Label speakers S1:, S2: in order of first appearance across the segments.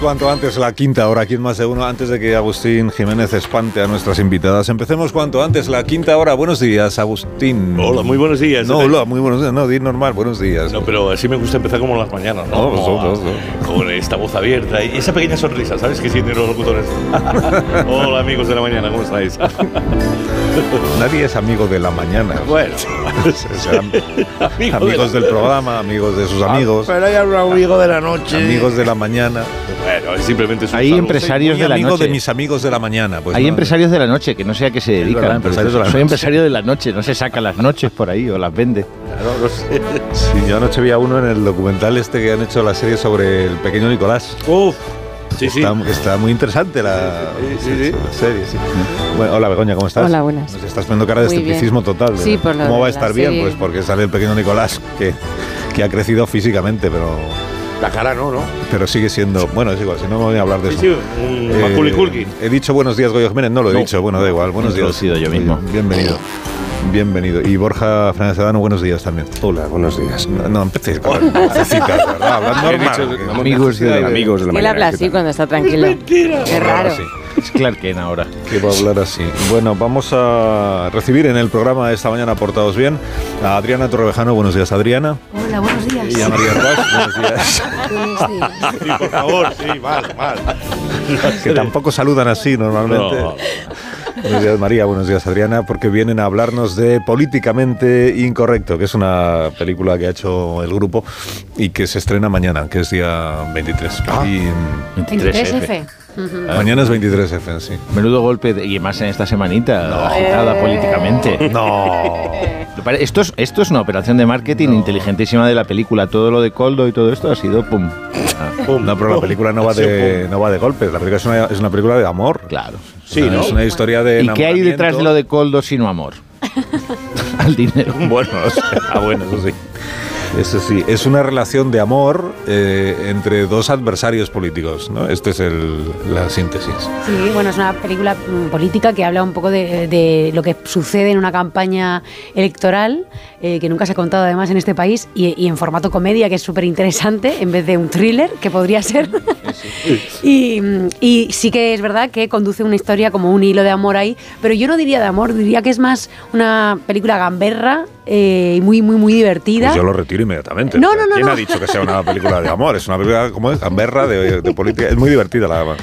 S1: cuanto antes la quinta hora aquí en Más de Uno, antes de que Agustín Jiménez espante a nuestras invitadas. Empecemos cuanto antes la quinta hora. Buenos días, Agustín.
S2: Hola, muy buenos días. ¿eh?
S1: No, hola, muy buenos días. No, di normal, pues. buenos días.
S2: No, pero así me gusta empezar como las mañanas, ¿no?
S1: No, pues
S2: Como
S1: vosotros,
S2: a- Con esta voz abierta y esa pequeña sonrisa, ¿sabes? Que tienen los locutores. Hola, amigos de la mañana, ¿cómo estáis?
S1: Nadie es amigo de la mañana.
S2: bueno,
S1: Serán
S2: amigos,
S1: amigos
S2: de
S1: del
S2: la- Ah,
S1: programa, amigos de sus amigos,
S3: Pero hay un amigo de la noche.
S1: amigos de la mañana.
S2: Bueno, simplemente es un
S4: Hay
S2: saludo.
S4: empresarios
S1: Muy
S4: de la
S1: amigo
S4: noche.
S1: de mis amigos de la mañana. Pues,
S4: Hay
S1: ¿no?
S4: empresarios de la noche que no sé a qué se dedican.
S1: verdad, empresarios de la
S4: Soy
S1: noche.
S4: empresario de la noche, no se saca las noches por ahí o las vende.
S1: No, no sé. Sí, yo anoche vi a uno en el documental este que han hecho la serie sobre el pequeño Nicolás.
S2: Uf, sí, sí.
S1: Está, está muy interesante la,
S2: Sí, sí, sí, sí.
S1: la serie. sí. Bueno, hola Begoña, ¿cómo estás?
S5: Hola, buenas.
S1: Nos estás poniendo cara de
S5: Muy bien.
S1: escepticismo total.
S5: Sí,
S1: ¿no?
S5: por lo
S1: ¿Cómo
S5: de
S1: va a
S5: la
S1: estar bien?
S5: serie.
S1: Pues porque sale el pequeño Nicolás que, que ha crecido físicamente, pero,
S2: La cara no, ¿no?
S1: pero sigue siendo. Bueno, es igual, si no me voy a hablar de
S2: Sí,
S1: eso.
S2: sí, un
S1: Eh,
S2: maculiculqui.
S1: He dicho buenos días, Goyo Jiménez. No lo he
S4: No.
S1: dicho, bueno, da igual. Buenos
S4: He introducido
S1: días.
S4: yo mismo.
S1: Bienvenido. Bienvenido. Y Borja Fernández Sedano, buenos días también.
S6: Hola, buenos días.
S1: No, no empecéis con vocecitas, ¿verdad? Hablad
S6: He
S1: normal.
S6: dicho que-
S1: que-
S4: Amigos de la
S1: pues,
S6: Amigos de la
S5: Él
S6: mañana.
S5: habla
S6: ¿qué
S5: así
S6: tal?
S5: cuando está tranquilo. Qué raro.
S1: Sí,
S4: Es Clark Kent ahora.
S1: que va a hablar así. Bueno, vamos a recibir en el programa de esta mañana, portados bien, a Adriana Torrevejano. Buenos días, Adriana.
S7: Hola, buenos días.
S1: Y a María Ross. Buenos días.
S7: Buenos días.
S2: Sí, por favor, sí, mal, mal.
S1: que tampoco saludan así normalmente.
S2: No.
S1: Buenos días María, buenos días Adriana, porque vienen a hablarnos de Políticamente Incorrecto, que es una película que ha hecho el grupo y que se estrena mañana, que es día 23.
S4: Ah.
S1: Y, mm,
S7: 23F.
S2: Ah.
S1: mañana es 23F, sí.
S4: Menudo golpe, de- y más en esta semanita, agitada políticamente.
S1: No.
S4: Pare- Esto es, esto es una operación de marketing inteligentísima de la película. Todo lo de Coldo y todo esto ha sido pum. Ah,
S1: No, pero la película no va de, no va de golpes, la película es una, es una película de amor.
S4: claro.
S1: Sí, ¿no? Es una historia de
S4: ¿Y qué hay detrás de lo de Coldo sino amor? Al dinero.
S1: Bueno, no sé. ah, bueno, eso sí. Eso sí, es una relación de amor eh, entre dos adversarios políticos, ¿no? Este es el, la síntesis.
S7: Sí, bueno, es una película mm, política que habla un poco de, de lo que sucede en una campaña electoral, eh, que nunca se ha contado además en este país, y, y en formato comedia, que es súper interesante, en vez de un thriller, que podría ser. y, mm, y sí que es verdad que conduce una historia como un hilo de amor ahí, pero yo no diría de amor, diría que es más una película gamberra, eh, muy, muy, muy divertida.
S1: Pues yo lo retiro inmediatamente.
S7: No,
S1: O sea,
S7: no, no,
S1: ¿Quién
S7: no.
S1: ha dicho que sea una película de amor? Es una película como es, gamberra de, de política. Es muy divertida la verdad.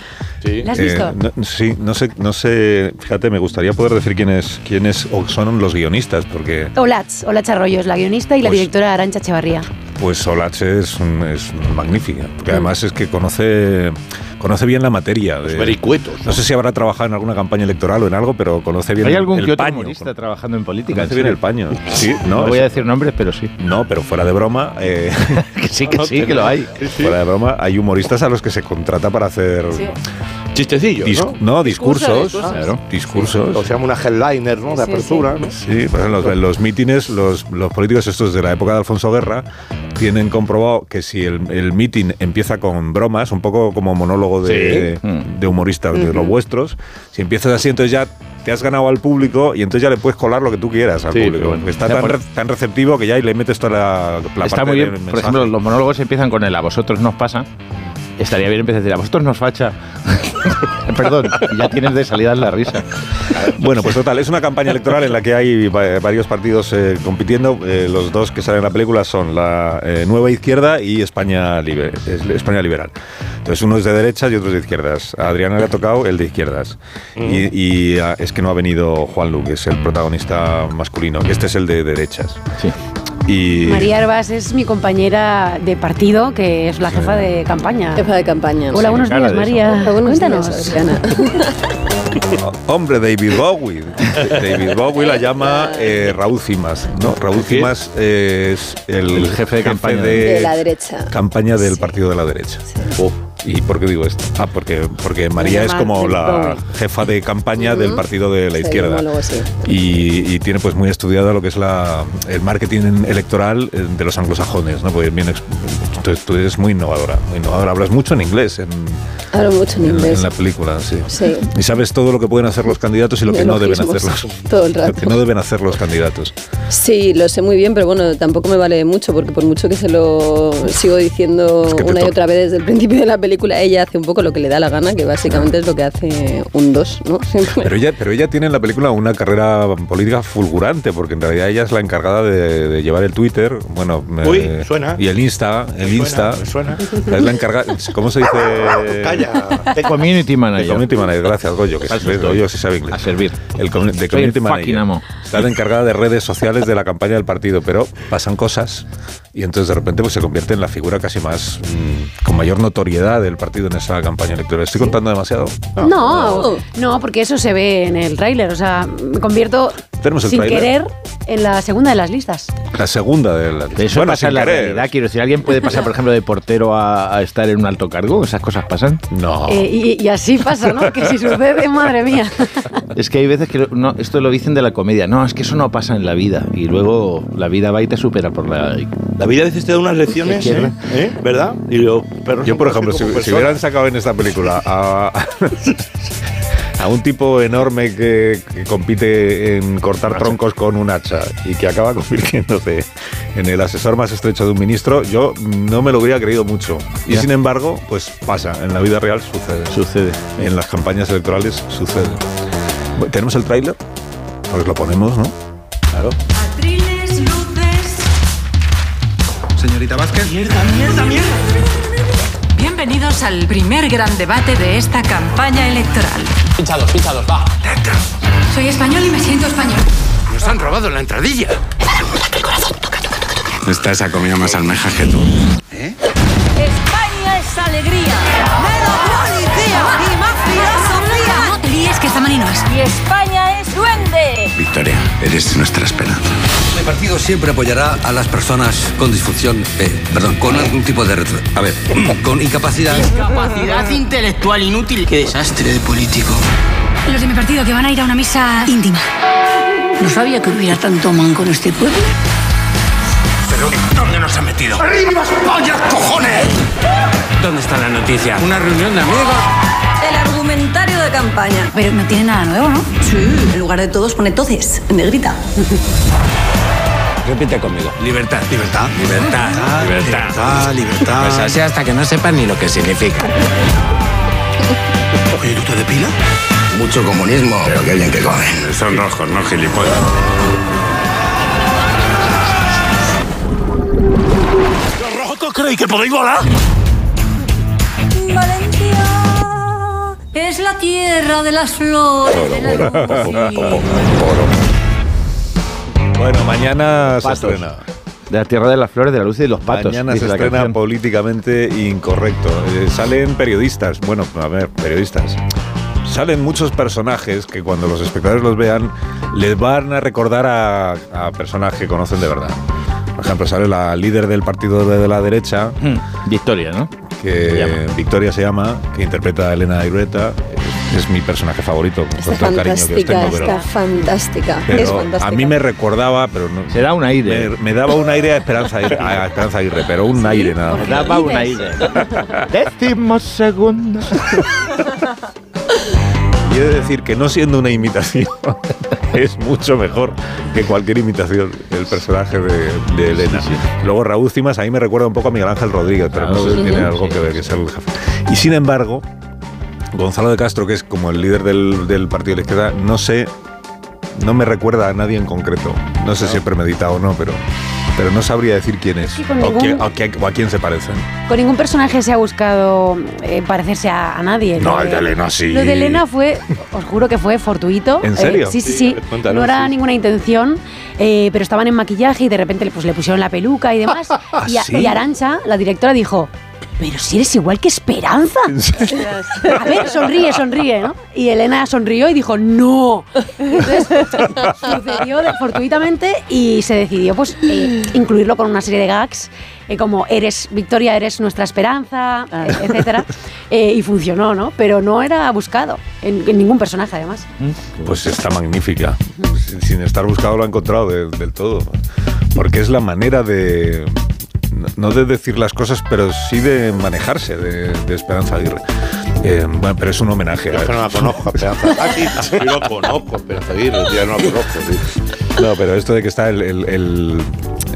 S2: Sí.
S7: ¿La has
S1: Eh,
S7: visto?
S1: no- sí, no sé, no sé. Fíjate, me gustaría poder decir quién es, quién es o son los guionistas, porque
S7: Olatz, Olatz Arroyo es la guionista y la
S1: Pues-
S7: directora Arancha Echevarría.
S1: pues Solache es, un- es magnífica. Porque
S7: Mm.
S1: además es que conoce, conoce bien la materia. de-
S2: Vericuetos.
S1: no sé si habrá trabajado en alguna campaña electoral o en algo, pero conoce bien
S4: ¿Hay
S1: el-
S4: algún
S1: el
S4: que otro
S1: paño.
S4: humorista trabajando en política?
S1: Conoce bien el paño. Sí,
S4: No,
S1: no,
S4: voy a
S1: es-
S4: decir nombres, pero sí.
S1: no, pero fuera de broma. eh,
S4: Que sí, que sí, que lo hay.
S1: Fuera de broma, hay humoristas a los que se contrata para hacer
S2: Chistecillos,
S1: dis-
S2: ¿no?
S1: no,
S5: Discursos,
S1: discursos,
S5: discursos.
S1: claro, discursos.
S6: O sea, una headliner, ¿no? De
S5: Sí,
S6: apertura. ¿no?
S1: Sí, pues en los, en los mítines, los, los políticos estos de la época de Alfonso Guerra tienen comprobado que si el, el mítin empieza con bromas, un poco como monólogo de,
S4: Sí. Mm.
S1: de humoristas, de los vuestros, si empiezas así, entonces ya te has ganado al público y entonces ya le puedes colar lo que tú quieras al
S2: Sí,
S1: público.
S2: pero bueno.
S1: porque Está
S4: O sea,
S1: tan,
S4: por-
S1: re- tan receptivo que ya ahí le metes toda la, la
S4: Está
S1: parte
S4: muy
S1: del
S4: bien. Por
S1: mensaje.
S4: ejemplo, los monólogos empiezan con el a vosotros nos pasa. Estaría bien empezar a decir a vosotros nos facha. Perdón, y ya tienes de salida la risa.
S1: Bueno, pues total, es una campaña electoral en la que hay va- varios partidos eh, compitiendo. Eh, los dos que salen en la película son la eh, Nueva Izquierda y España, Liber- es- España Liberal. Entonces uno es de derechas y otro es de izquierdas. A Adriana le ha tocado el de izquierdas. Y, y, ah, es que no ha venido Juan Lu, que es el protagonista masculino. que Este es el de derechas.
S4: Sí.
S1: Y
S7: María Herbas es mi compañera de partido, que es la jefa de campaña.
S5: Jefa de campaña.
S7: Hola, buenos días,
S4: cara de eso.
S7: María.
S5: Buenos
S7: Cuéntanos.
S5: días, Adriana.
S1: Hombre, David Bowie. David Bowie la llama eh, Raúl Cimas. ¿no? Raúl Cimas es el,
S4: El jefe de campaña
S5: de la derecha.
S1: Campaña del
S5: Sí.
S1: partido de la derecha. Oh, ¿Y por qué digo esto? Ah, porque, porque
S7: llama
S1: María es como
S7: David
S1: la
S7: Bowie.
S1: jefa de campaña
S5: Ujú.
S1: del partido de la
S5: Sí,
S1: izquierda.
S5: luego, sí.
S1: Y, y tiene pues muy estudiada lo que es la, el marketing electoral eh, de los anglosajones, ¿no? Porque viene ex- Entonces tú eres muy innovadora, muy innovadora. Hablas mucho en inglés en,
S5: Hablo mucho en
S1: en-
S5: inglés.
S1: en la película, sí.
S5: Sí.
S1: Y sabes todo lo que pueden hacer los candidatos y lo que no deben
S5: Neologismos,
S1: hacerlos.
S5: todo el rato.
S1: Lo que no deben hacer los candidatos.
S5: Sí, lo sé muy bien, pero bueno, tampoco me vale mucho porque por mucho que se lo sigo diciendo
S1: Es que te
S5: una y
S1: to-
S5: otra vez desde el principio de la película, ella hace un poco lo que le da la gana, que básicamente es lo que hace un dos, ¿no? Siempre.
S1: Pero ella, pero ella tiene en la película una carrera política fulgurante, porque en realidad ella es la encargada de, de llevar el Twitter, bueno, eh,
S2: Uy, suena.
S1: y el Insta, el Insta.
S2: Me suena.
S1: Es la encargada, ¿cómo se dice?
S2: Calla. Te comí.
S4: Community
S1: El
S4: manager.
S1: community manager, gracias Goyo, que
S4: Para eso
S1: sabe,
S4: estoy.
S1: Goyo sí sabe inglés.
S4: A servir.
S1: El com- de
S4: Soy
S1: community
S4: el
S1: manager.
S4: fucking amo.
S1: Está la encargada de redes sociales de la campaña del partido, pero pasan cosas y entonces de repente pues, se convierte en la figura casi más mm, con mayor notoriedad del partido en esa campaña electoral. Estoy contando demasiado.
S7: No, no, porque eso se ve en el tráiler. O sea, me convierto
S1: Tenemos el
S7: sin
S1: tráiler.
S7: querer en la segunda de las listas.
S1: La segunda de la
S4: De eso
S1: Bueno,
S4: pasa
S1: sin
S4: en la
S1: querer.
S4: realidad. Quiero decir, ¿alguien puede pasar, por ejemplo, de portero a, a estar en un alto cargo? ¿Esas cosas pasan?
S1: No.
S7: Eh, y, y así pasa, ¿no? Que si sucede, madre mía.
S4: Es que hay veces que no, esto lo dicen de la comedia. No, es que eso no pasa en la vida. Y luego la vida va y te supera por la.
S2: La vida a veces te da unas lecciones, ¿eh?
S4: Izquierda.
S2: ¿Eh? ¿Verdad? Y yo, pero
S1: Yo, por ejemplo, si, si hubieran sacado en esta película a, a un tipo enorme que, que compite en cortar troncos con un hacha y que acaba convirtiéndose en el asesor más estrecho de un ministro, yo no me lo hubiera creído mucho. Y
S4: Ya.
S1: sin embargo, pues pasa, en la vida real sucede.
S4: Sucede.
S1: En las campañas electorales sucede. Bueno, ¿Tenemos el tráiler? Pues lo ponemos, ¿no? Claro.
S8: Atriles, luces.
S9: Señorita Vázquez.
S8: Bienvenidos al primer gran debate de esta campaña electoral.
S9: Pinchados, pinchados, va.
S8: Soy español y me siento español.
S9: Nos han robado la entradilla. Esta se ha comido más almejas que tú.
S8: España es alegría. policía y más filosofía. No te líes que esta mani no es. Y España es duende.
S9: Victoria, eres nuestra esperanza.
S10: Mi partido siempre apoyará a las personas con disfunción, eh, perdón, con algún tipo de retro. A ver, con incapacidad.
S9: Capacidad intelectual inútil. Qué desastre de político.
S8: Los de mi partido que van a ir a una misa íntima. No sabía que hubiera tanto manco en este pueblo.
S9: Pero ¿dónde nos ha metido? ¡Arriba, España, cojones! ¿Dónde está la noticia? Una reunión de amigos.
S8: El argumentario de campaña. Pero no tiene nada nuevo, ¿no? Sí. En lugar de todos pone entonces, negrita.
S9: Repite conmigo. Libertad. Libertad. Libertad. Libertad. Libertad. Libertad. Pues así hasta que no sepan ni lo que significa. Oye, ¿tú te depila? Mucho comunismo, pero qué bien que comen. Son rojos, no gilipollas.
S2: ¿Los rojos creéis que podéis volar?
S8: Valencia es la tierra de las flores. de la luz y-
S1: Bueno, mañana se
S4: Patos.
S1: estrena.
S4: De la tierra de las flores, de la luz y de los patos.
S1: Mañana se
S4: dice la
S1: estrena
S4: canción.
S1: políticamente incorrecto. Eh, salen periodistas, bueno, a ver, periodistas. Salen muchos personajes que cuando los espectadores los vean les van a recordar a, a personajes que conocen de verdad. Por ejemplo, sale la líder del partido de la derecha,
S4: Hmm, Victoria, ¿no?
S1: que
S4: Se llama.
S1: Victoria se llama, que interpreta a Elena Irreta. Es mi personaje favorito,
S5: Está
S1: con todo el cariño que os
S5: fantástica,
S1: tengo, pero,
S5: está fantástica. es
S1: pero
S5: fantástica.
S1: a mí me recordaba, pero no,
S4: Se da un aire.
S1: me, me daba un aire a Esperanza, Aguirre- a Esperanza Aguirre, pero un aire nada más.
S4: Me daba un aire. Décimos segundos.
S1: Y he de decir que no siendo una imitación, es mucho mejor que cualquier imitación el personaje de, de Elena. Luego Raúl Cimas, a mí me recuerda un poco a Miguel Ángel Rodríguez, pero no sé si tiene algo que ver que sea el jefe. Y sin embargo, Gonzalo de Castro, que es como el líder del, del partido de la izquierda, no sé, no me recuerda a nadie en concreto. No sé si he premeditado o no, pero, pero no sabría decir quién es
S7: Sí, con
S1: o,
S7: ningún-
S1: quién- o qué- o a quién se parecen.
S7: Con ningún personaje se ha buscado eh, parecerse a, a nadie.
S1: No,
S7: Lo
S1: el de Elena sí.
S7: Lo de Elena fue, os juro que fue fortuito.
S1: ¿En serio?
S7: Eh, sí, sí, sí.
S2: Sí, cuéntanos,
S7: no era
S2: sí.
S7: ninguna intención, eh, pero estaban en maquillaje y de repente pues, le pusieron la peluca y demás. y,
S1: Ah, ¿sí?
S7: Arancha, la directora, dijo. Pero si eres igual que Esperanza. A ver, sonríe, sonríe, ¿no? Y Elena sonrió y dijo, no. Entonces, sucedió de- fortuitamente y se decidió pues eh, incluirlo con una serie de gags eh, como eres Victoria, eres nuestra esperanza, eh, etcétera. Eh, y funcionó, ¿no? Pero no era buscado en, en ningún personaje, además.
S1: Pues está magnífica. Sin, sin estar buscado lo ha encontrado de- del todo. Porque es la manera de. no de decir las cosas, pero sí de manejarse de, de Esperanza Aguirre. Eh, bueno, pero es un homenaje.
S6: Yo es que no la conozco, Esperanza. Aquí yo la conozco, Esperanza Aguirre, yo no la conozco. sí.
S1: No, pero esto de que está el, el- el-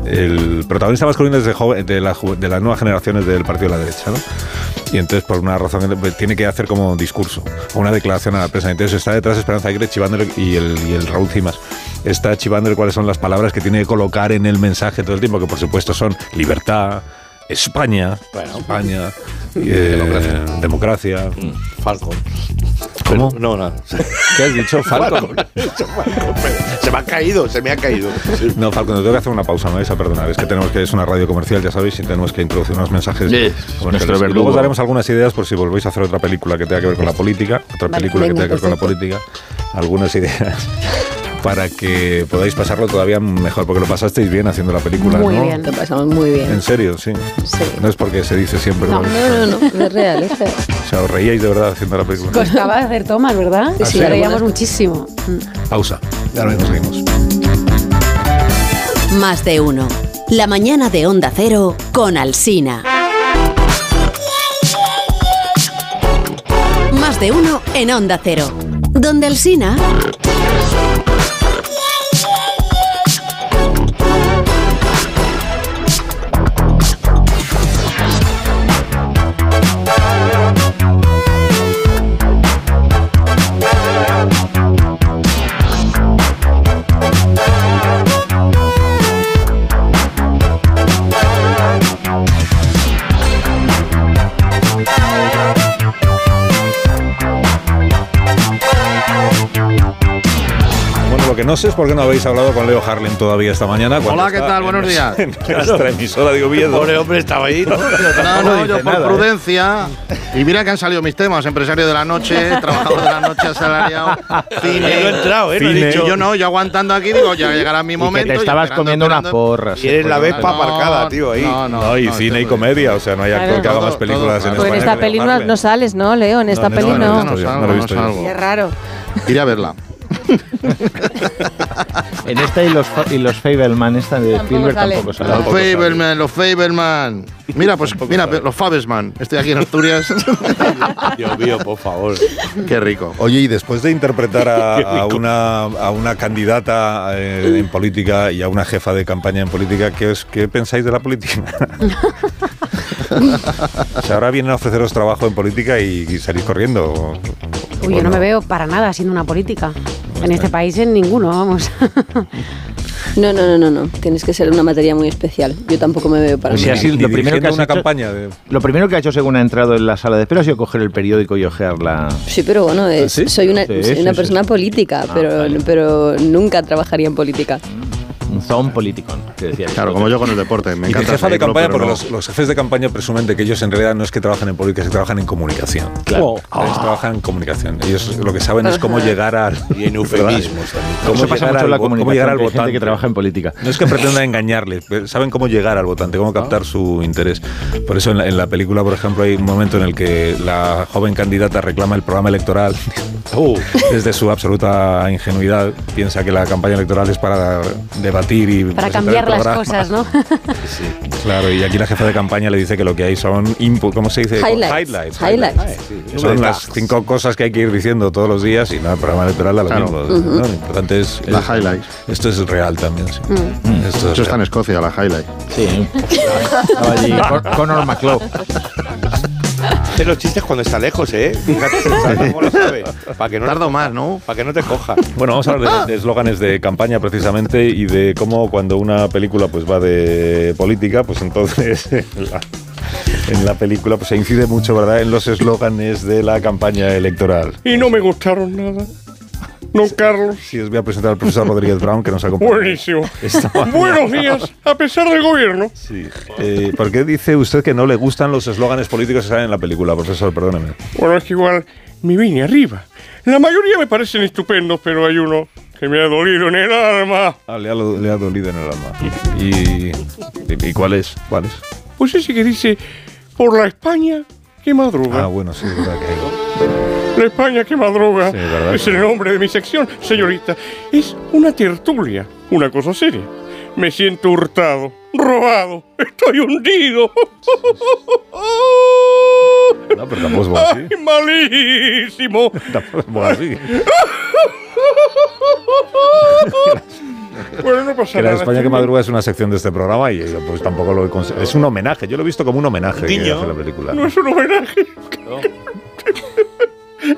S1: el protagonista masculino es de, joven- de, la, ju- de las nuevas generaciones del partido de la derecha, ¿no? Y entonces, por una razón, tiene que hacer como un discurso o una declaración a la prensa. Entonces, está detrás Esperanza Aguirre chivándole y el, y el Raúl Cimas. Está chivándole cuáles son las palabras que tiene que colocar en el mensaje todo el tiempo, que por supuesto son libertad, España, España, eh, democracia.
S6: Mm, Falcon.
S1: ¿Cómo?
S6: No, nada.
S1: ¿Qué has dicho, Falcon?
S6: Se me ha caído, se me ha caído. Sí.
S1: No, Falcon, tengo que hacer una pausa, me vais a perdonar. Es que tenemos que es una radio comercial, ya sabéis, y tenemos que introducir unos mensajes.
S4: Yes,
S1: comerciales.
S4: nuestro
S1: Y
S4: verdugo.
S1: luego os daremos algunas ideas por si volvéis a hacer otra película que tenga que ver con la política, otra
S5: Vale,
S1: película
S5: venga,
S1: que tenga que ver con la política, algunas ideas para que podáis pasarlo todavía mejor, porque lo pasasteis bien haciendo la película,
S5: Muy
S1: ¿no?
S5: bien, lo pasamos muy bien.
S1: En serio, sí. No es porque se dice siempre,
S5: No,
S1: ¿vale?
S5: no, no, no, es real, es real.
S1: o sea, os reíais de verdad haciendo la película.
S7: Costaba hacer tomas, ¿verdad?
S1: Sí, sí,
S7: Nos reíamos
S1: algunas.
S7: muchísimo.
S1: Pausa. Ahora nos seguimos.
S11: Más de uno. La mañana de Onda Cero con Alsina. Más de uno en Onda Cero. Donde Alsina.
S1: Bueno, lo que no sé es por qué no habéis hablado con Leo Harlem todavía esta mañana. cuando
S9: Hola, ¿qué
S1: está
S9: tal?
S1: en
S9: Buenos
S1: el-
S9: días.
S1: en nuestra emisora de Oviedo.
S6: Pobre hombre, estaba ahí. No,
S9: No, no, yo
S1: dice
S9: por
S1: nada, ¿eh?
S9: prudencia. Y mira que han salido mis temas: empresario de la noche, trabajador de la noche, asalariado, cine.
S6: Ahí no he entrado, ¿eh? No he
S9: Cine.
S6: dicho-
S9: Yo no, yo aguantando aquí, digo, ya llegará mi
S4: Y que te
S9: momento. y
S4: estabas
S9: esperando,
S4: comiendo unas
S9: esperando.
S4: porras,
S9: Y eres
S4: hijo
S9: la
S4: de
S9: Vespa
S4: madre.
S9: aparcada, tío, ahí.
S1: No,
S9: no,
S1: y cine y comedia, o sea, no hay actor
S12: Claro.
S1: que haga
S12: Todo,
S1: más películas en
S13: Pues
S12: Tú Pues en
S1: España.
S12: esta
S1: que
S12: peli no,
S1: Harlem.
S12: no sales, ¿no, Leo? En esta
S1: en
S12: peli
S1: esta
S12: no.
S1: no salgo, no lo he visto yo.
S12: Qué raro.
S9: Iré a verla.
S4: En esta y los, y los Fableman, esta de Spielberg
S9: sale.
S4: tampoco sale.
S9: Los Fableman, los Fableman. Mira, pues mira, los Fabesman. Estoy aquí en Asturias.
S6: Dios mío, por favor.
S9: Qué rico.
S1: Oye, y después de interpretar a,
S9: Qué
S1: a
S9: rico.
S1: una, a una candidata eh, en política y a una jefa de campaña en política, ¿qué, os, qué pensáis de la política? o sea, ahora vienen a ofreceros trabajo en política y, y salís corriendo. o-
S7: Uy, yo no me veo para nada siendo una política. En este país, en ninguno, vamos.
S5: No, no, no, no, no. Tienes que ser una materia muy especial. Yo tampoco me veo para
S6: Pues
S4: O sea,
S5: nada.
S4: sí, lo primero que has
S1: una
S4: hecho-
S1: campaña de-
S4: Lo primero que ha hecho según ha entrado en la sala de espera ha sido coger el periódico y ojear la...
S5: Sí, pero bueno,
S6: Ah,
S5: es-
S4: ¿Sí?
S5: soy una,
S4: Sí,
S5: soy
S4: sí,
S5: una
S4: sí,
S5: persona política, pero, pero nunca trabajaría en política.
S4: Un zone político, que decía.
S9: Claro, como yo con el deporte. Me
S1: y de
S9: encanta.
S1: jefa de
S9: seguirlo,
S1: campaña,
S9: pero
S1: porque
S9: no.
S1: los, los jefes de campaña presumen de que ellos en realidad no es que trabajan en política, es que trabajan en comunicación.
S4: Claro.
S1: Ellos trabajan en comunicación. Ellos lo que saben es cómo
S4: Ajá.
S1: llegar al.
S6: Y en eufemismos también.
S1: ¿Cómo
S4: Eso pasa
S1: llegar
S4: mucho en
S1: al
S4: la
S1: vo- cómo
S4: comunicación,
S1: llegar al
S4: que hay gente
S1: votante?
S4: que trabaja en política.
S1: No es que pretenda engañarle, pero saben cómo llegar al votante, cómo captar su interés. Por eso en la, en la película, por ejemplo, hay un momento en el que la joven candidata reclama el programa electoral. Desde su absoluta ingenuidad, piensa que la campaña electoral es para debatir y presentar
S7: Para
S1: el
S7: cambiar las
S1: programa.
S7: cosas, ¿no?
S1: Claro, y aquí la jefa de campaña le dice que lo que hay son input, ¿cómo se dice?
S5: Highlights.
S1: Highlights.
S5: Highlights.
S1: Que Son las cinco cosas que hay que ir diciendo todos los días y no, el programa electoral da lo
S9: Claro.
S1: mismo.
S9: Ujú.
S1: ¿no? Lo importante es,
S9: La
S1: es-
S9: highlights.
S1: Esto es real también. sí. Esto es
S9: Eso está
S1: real.
S9: en Escocia, la highlight.
S4: Sí. Estaba allí Con- Conor McClough.
S6: Hace Este los chistes cuando está lejos, ¿eh? Fíjate ¿sabes cómo lo sabe. Para que no
S9: Tardo más, ¿no?
S6: Para que no te coja.
S1: Bueno, vamos a hablar de- de eslóganes de campaña precisamente y de cómo cuando una película pues va de política, pues entonces en la, en la película pues se incide mucho, ¿verdad?, en los eslóganes de la campaña electoral.
S14: Y no me gustaron nada. Don Carlos.
S1: Sí, os voy a presentar al profesor Rodríguez Brown que nos acompaña.
S14: Buenísimo.
S1: Esta mañana.
S14: Buenos días, a pesar del gobierno.
S1: Eh, ¿Por qué dice usted que no le gustan los eslóganes políticos que salen en la película, profesor? Perdóneme.
S14: Bueno, es que igual me vine arriba. La mayoría me parecen estupendos, pero hay uno que me ha dolido en el alma.
S1: Ah, le ha, do- le ha dolido en el alma. ¿Y, y, y cuál es? ¿Cuál es?
S14: Pues ese que dice, por la España que madruga.
S1: Ah, bueno, sí, es verdad que hay.
S14: La España que madruga
S1: Sí, ¿verdad?
S14: es el nombre de mi sección, señorita. Es una tertulia, una cosa seria. Me siento hurtado. robado. Estoy hundido.
S1: No, pero tampoco es bueno así.
S14: ¡Ay, malísimo!
S1: Tampoco es bueno así.
S14: bueno, no pasa
S1: Que la
S14: nada.
S1: de España que
S14: estoy-
S1: madruga es una sección de este programa y eh, pues tampoco lo he conse- Es un homenaje, yo lo he visto como un homenaje que
S14: Niño.
S1: hace la película.
S14: No es un homenaje.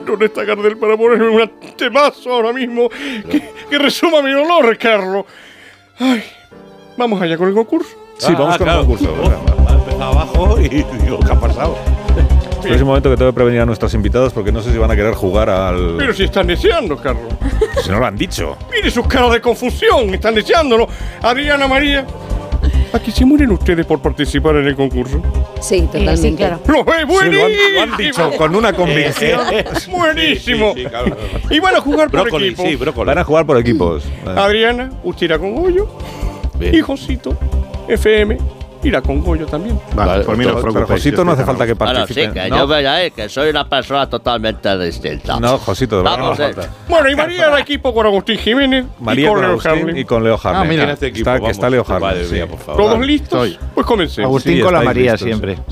S14: ¿Dónde está Gardel para ponerme un temazo ahora mismo? Que, que resuma mi dolor, Carlos. Ay, vamos allá con el concurso.
S1: Sí,
S2: Ah,
S1: vamos con el concurso.
S2: abajo y digo, ¿qué ha pasado?
S1: Pero es un momento que tengo que prevenir a nuestros invitados porque no sé si van a querer jugar al.
S14: Pero si están deseando, Carlos.
S1: Si no lo han dicho.
S14: Mire sus caras de confusión, están deseándolo. Adriana María. ¿A que se mueren ustedes por participar en el concurso?
S5: Eh, Sí, totalmente.
S14: sí, claro. ¡Lo
S1: Sí,
S14: ve
S1: lo han-
S14: buenísimo!
S1: lo han dicho con una convicción.
S14: ¡Buenísimo! Y van a jugar por
S1: Brócoli,
S14: equipo.
S1: sí, brócoli. Van a jugar por equipos.
S14: Adriana, usted irá con Goyo.
S1: Bien.
S14: Y Josito, FM, irá con Goyo también.
S1: Vale,
S12: por mí no os
S1: pero-
S12: preocupéis,
S1: pero Josito no hace
S12: yo
S1: falta que
S12: Bueno, sí,
S1: participe.
S12: que
S1: ¿no?
S12: yo voy a ir, que soy una persona totalmente distinta.
S1: No, Josito, de verdad
S12: Vamos,
S1: no
S12: eh.
S1: falta.
S14: Bueno, y María era equipo con Agustín Jiménez
S1: María
S14: y con Leo
S1: Agustín
S14: Harley.
S1: y con Leo Harley.
S14: mira.
S1: Está- que está Leo Harley. sí.
S14: ¿Todos listos? Pues comencemos.
S4: Agustín
S1: Sí,
S4: con la
S1: estáis
S4: María
S1: listos.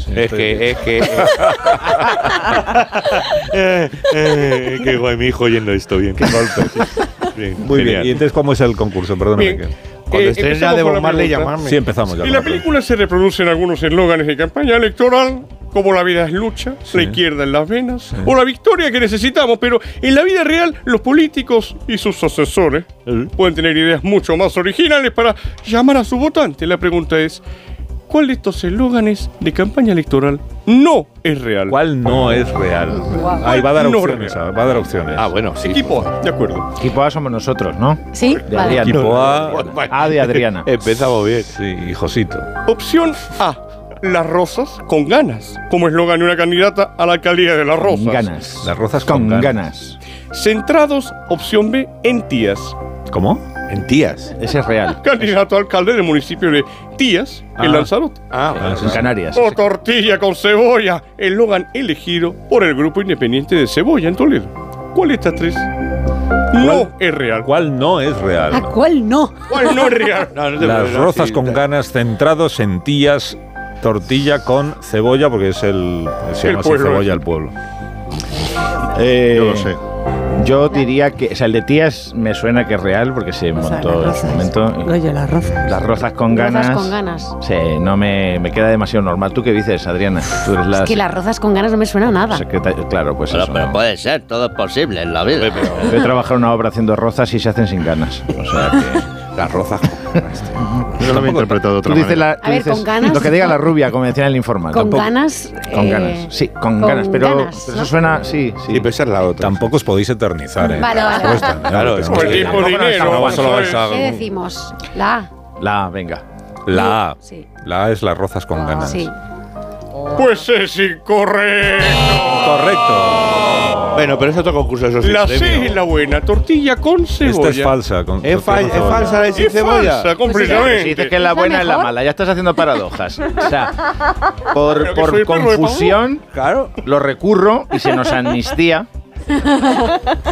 S4: siempre.
S6: Es que, es que.
S2: Eh, eh, qué guay, mi hijo oyendo esto bien. Qué golpe.
S1: Muy bien. ¿Y entonces cómo es el concurso? Perdóname.
S14: Bien.
S1: que-
S14: Eh, empezamos con la pregunta.
S1: Sí, empezamos ya. con
S14: En la
S1: la pregunta.
S14: película se reproducen algunos eslóganes de campaña electoral, como la vida es lucha, la izquierda en las venas, o la victoria que necesitamos, pero en la vida real los políticos y sus asesores pueden tener ideas mucho más originales para llamar a su votante. La pregunta es, ¿cuál de estos eslóganes de campaña electoral no es real?
S1: ¿Cuál no es real?
S14: Guau.
S1: Ahí va a dar
S14: No
S1: opciones. ah, Va a dar opciones. Ah,
S6: bueno, sí.
S14: Equipo A, de acuerdo.
S4: Equipo A somos nosotros, ¿no?
S7: Sí,
S4: De
S7: vale.
S4: Adriana.
S1: Equipo A.
S4: A de Adriana.
S6: Empezamos bien.
S1: Sí, y Josito.
S14: Opción A. Las rosas con ganas, como eslogan de una candidata a la alcaldía de Las Rosas.
S4: ganas.
S1: Las rozas
S4: Con
S1: con
S4: ganas.
S1: ganas.
S14: Centrados, opción B, en Tías.
S1: ¿Cómo?
S6: En Tías.
S4: Ese es real.
S14: Candidato a alcalde del municipio de Tías, en
S4: Ah.
S14: Lanzarote.
S6: Ah,
S4: en Canarias.
S14: O tortilla con cebolla, el Logan elegido por el grupo independiente de Cebolla en Toledo. ¿Cuál de estas tres? No es real.
S1: ¿Cuál no es
S7: ¿A
S1: real?
S7: cuál no?
S14: ¿Cuál no es real?
S1: Las rozas con ganas centrados en tías, tortilla con cebolla, porque es el. Se
S14: El
S1: llama así
S14: pueblo,
S1: cebolla
S14: ¿eh?
S1: al pueblo.
S4: Eh,
S1: Yo lo sé.
S4: Yo diría que, o sea, el de tías me suena que es real porque se montó en su momento.
S13: Oye, las rozas.
S4: Las rozas con
S7: Rozas
S4: ganas.
S7: con ganas.
S4: Sí, no me, me queda demasiado normal. ¿Tú qué dices, Adriana? Tú eres la
S7: Es que las rozas con ganas no me suena a nada.
S4: secretaria- Claro, pues
S12: Bueno,
S4: eso.
S12: pero
S4: ¿no?
S12: puede ser, todo es posible en la vida.
S4: Yo he trabajado en una obra haciendo rozas y se hacen sin ganas. O sea que.
S6: Las rozas con ganas.
S4: Yo lo he interpretado de
S12: otra
S4: tú dices
S12: manera.
S4: la- tú
S7: A ver,
S4: dices
S7: con ganas-
S4: Lo que diga la rubia, como decían en el informal.
S7: Con
S4: Tampoco-
S7: ganas.
S4: Con
S7: eh,
S4: ganas, sí, con,
S7: con
S4: ganas, pero,
S7: ganas,
S4: pero
S7: ¿no?
S4: eso suena, sí, sí.
S6: Y esa es la otra.
S1: Tampoco os podéis eternizar, ¿eh?
S7: Vale, vale.
S1: Respuesta, ¿eh?
S6: Claro, es
S1: Porque
S6: que-
S1: tampoco
S6: Tampoco
S1: vais a-
S6: nos
S1: no vais- solo vais a-
S7: ¿Qué decimos? La A.
S4: La A, venga.
S1: La A.
S7: Sí.
S1: La A es las rozas con ganas.
S7: Sí.
S14: Pues es incorrecto.
S1: Correcto.
S6: Bueno, pero es otro concurso, eso sí.
S14: La
S6: premio.
S14: C es la buena, tortilla con
S1: Esta
S14: cebolla.
S1: es falsa. con-
S6: Es fa- es
S1: cebolla.
S6: falsa la de sin
S14: Es
S6: cebolla.
S14: falsa, completamente.
S4: Si dices que es la
S14: Es la
S4: buena es la
S14: mejor.
S4: mala, ya estás haciendo paradojas. O sea, por,
S14: Pero que
S4: por
S14: soy el perro de Pablo.
S4: confusión, claro, lo recurro y se nos amnistía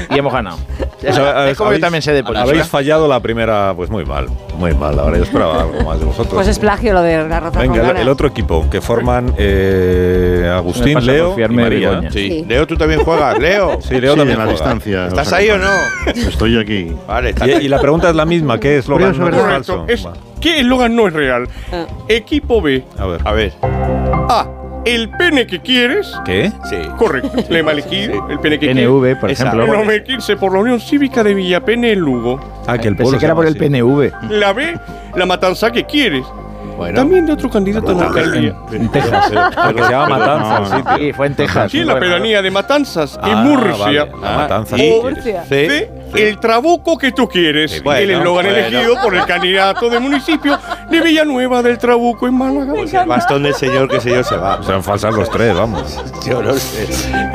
S4: y hemos ganado.
S1: O sea,
S4: es
S1: habéis-
S4: como yo también sé de política.
S1: Habéis fallado la primera, pues muy mal, muy mal. Ahora yo esperaba algo más de vosotros.
S13: Pues es plagio lo de la roza
S1: Venga,
S13: con
S1: el,
S13: ganas.
S1: el otro equipo que forman eh,
S4: Me
S1: Agustín,
S4: pasa por
S1: Leo y
S4: fiarme de
S1: María.
S4: Begoña.
S6: Sí. Leo, tú también juegas, Leo.
S1: Sí, Leo
S15: Sí,
S1: también
S15: en la
S1: juega.
S15: distancia.
S6: ¿Estás ahí o no?
S15: Estoy aquí.
S6: Vale, está
S1: Y, y la pregunta es la misma, ¿qué es lo que no es falso?
S14: Correcto. Es, ¿Qué eslogan no es real? Ah. Equipo B.
S1: A ver.
S6: A ver.
S1: Ah.
S14: A. Ah, El pene que quieres.
S1: ¿Qué?
S6: Sí.
S14: Correcto. Lema elegido, el pene que
S4: NV, por
S14: quieres.
S4: ejemplo.
S14: El nombre 15 por la Unión Cívica de Villapene en Lugo.
S1: Ah, que el
S4: Pensé
S1: pueblo
S4: que
S1: se
S4: era por
S1: llama
S4: el PNV.
S14: La B, la matanza que quieres. También de otro candidato a la alcaldía.
S4: En Texas.
S1: Porque se llama Matanza el sitio.
S4: Sí, fue en Texas.
S14: Sí, la pedanía de Matanzas
S1: Ah,
S14: en Murcia.
S1: vale, la matanza
S14: O
S1: que
S14: C, el trabuco que tú quieres.
S1: Eh, Bueno,
S14: el eslogan
S1: bueno.
S14: elegido por el candidato de municipio de Villanueva del Trabuco en Málaga.
S6: El bastón del señor, que sé yo, se va.
S1: Serán falsas los tres, vamos.
S6: Yo no sé.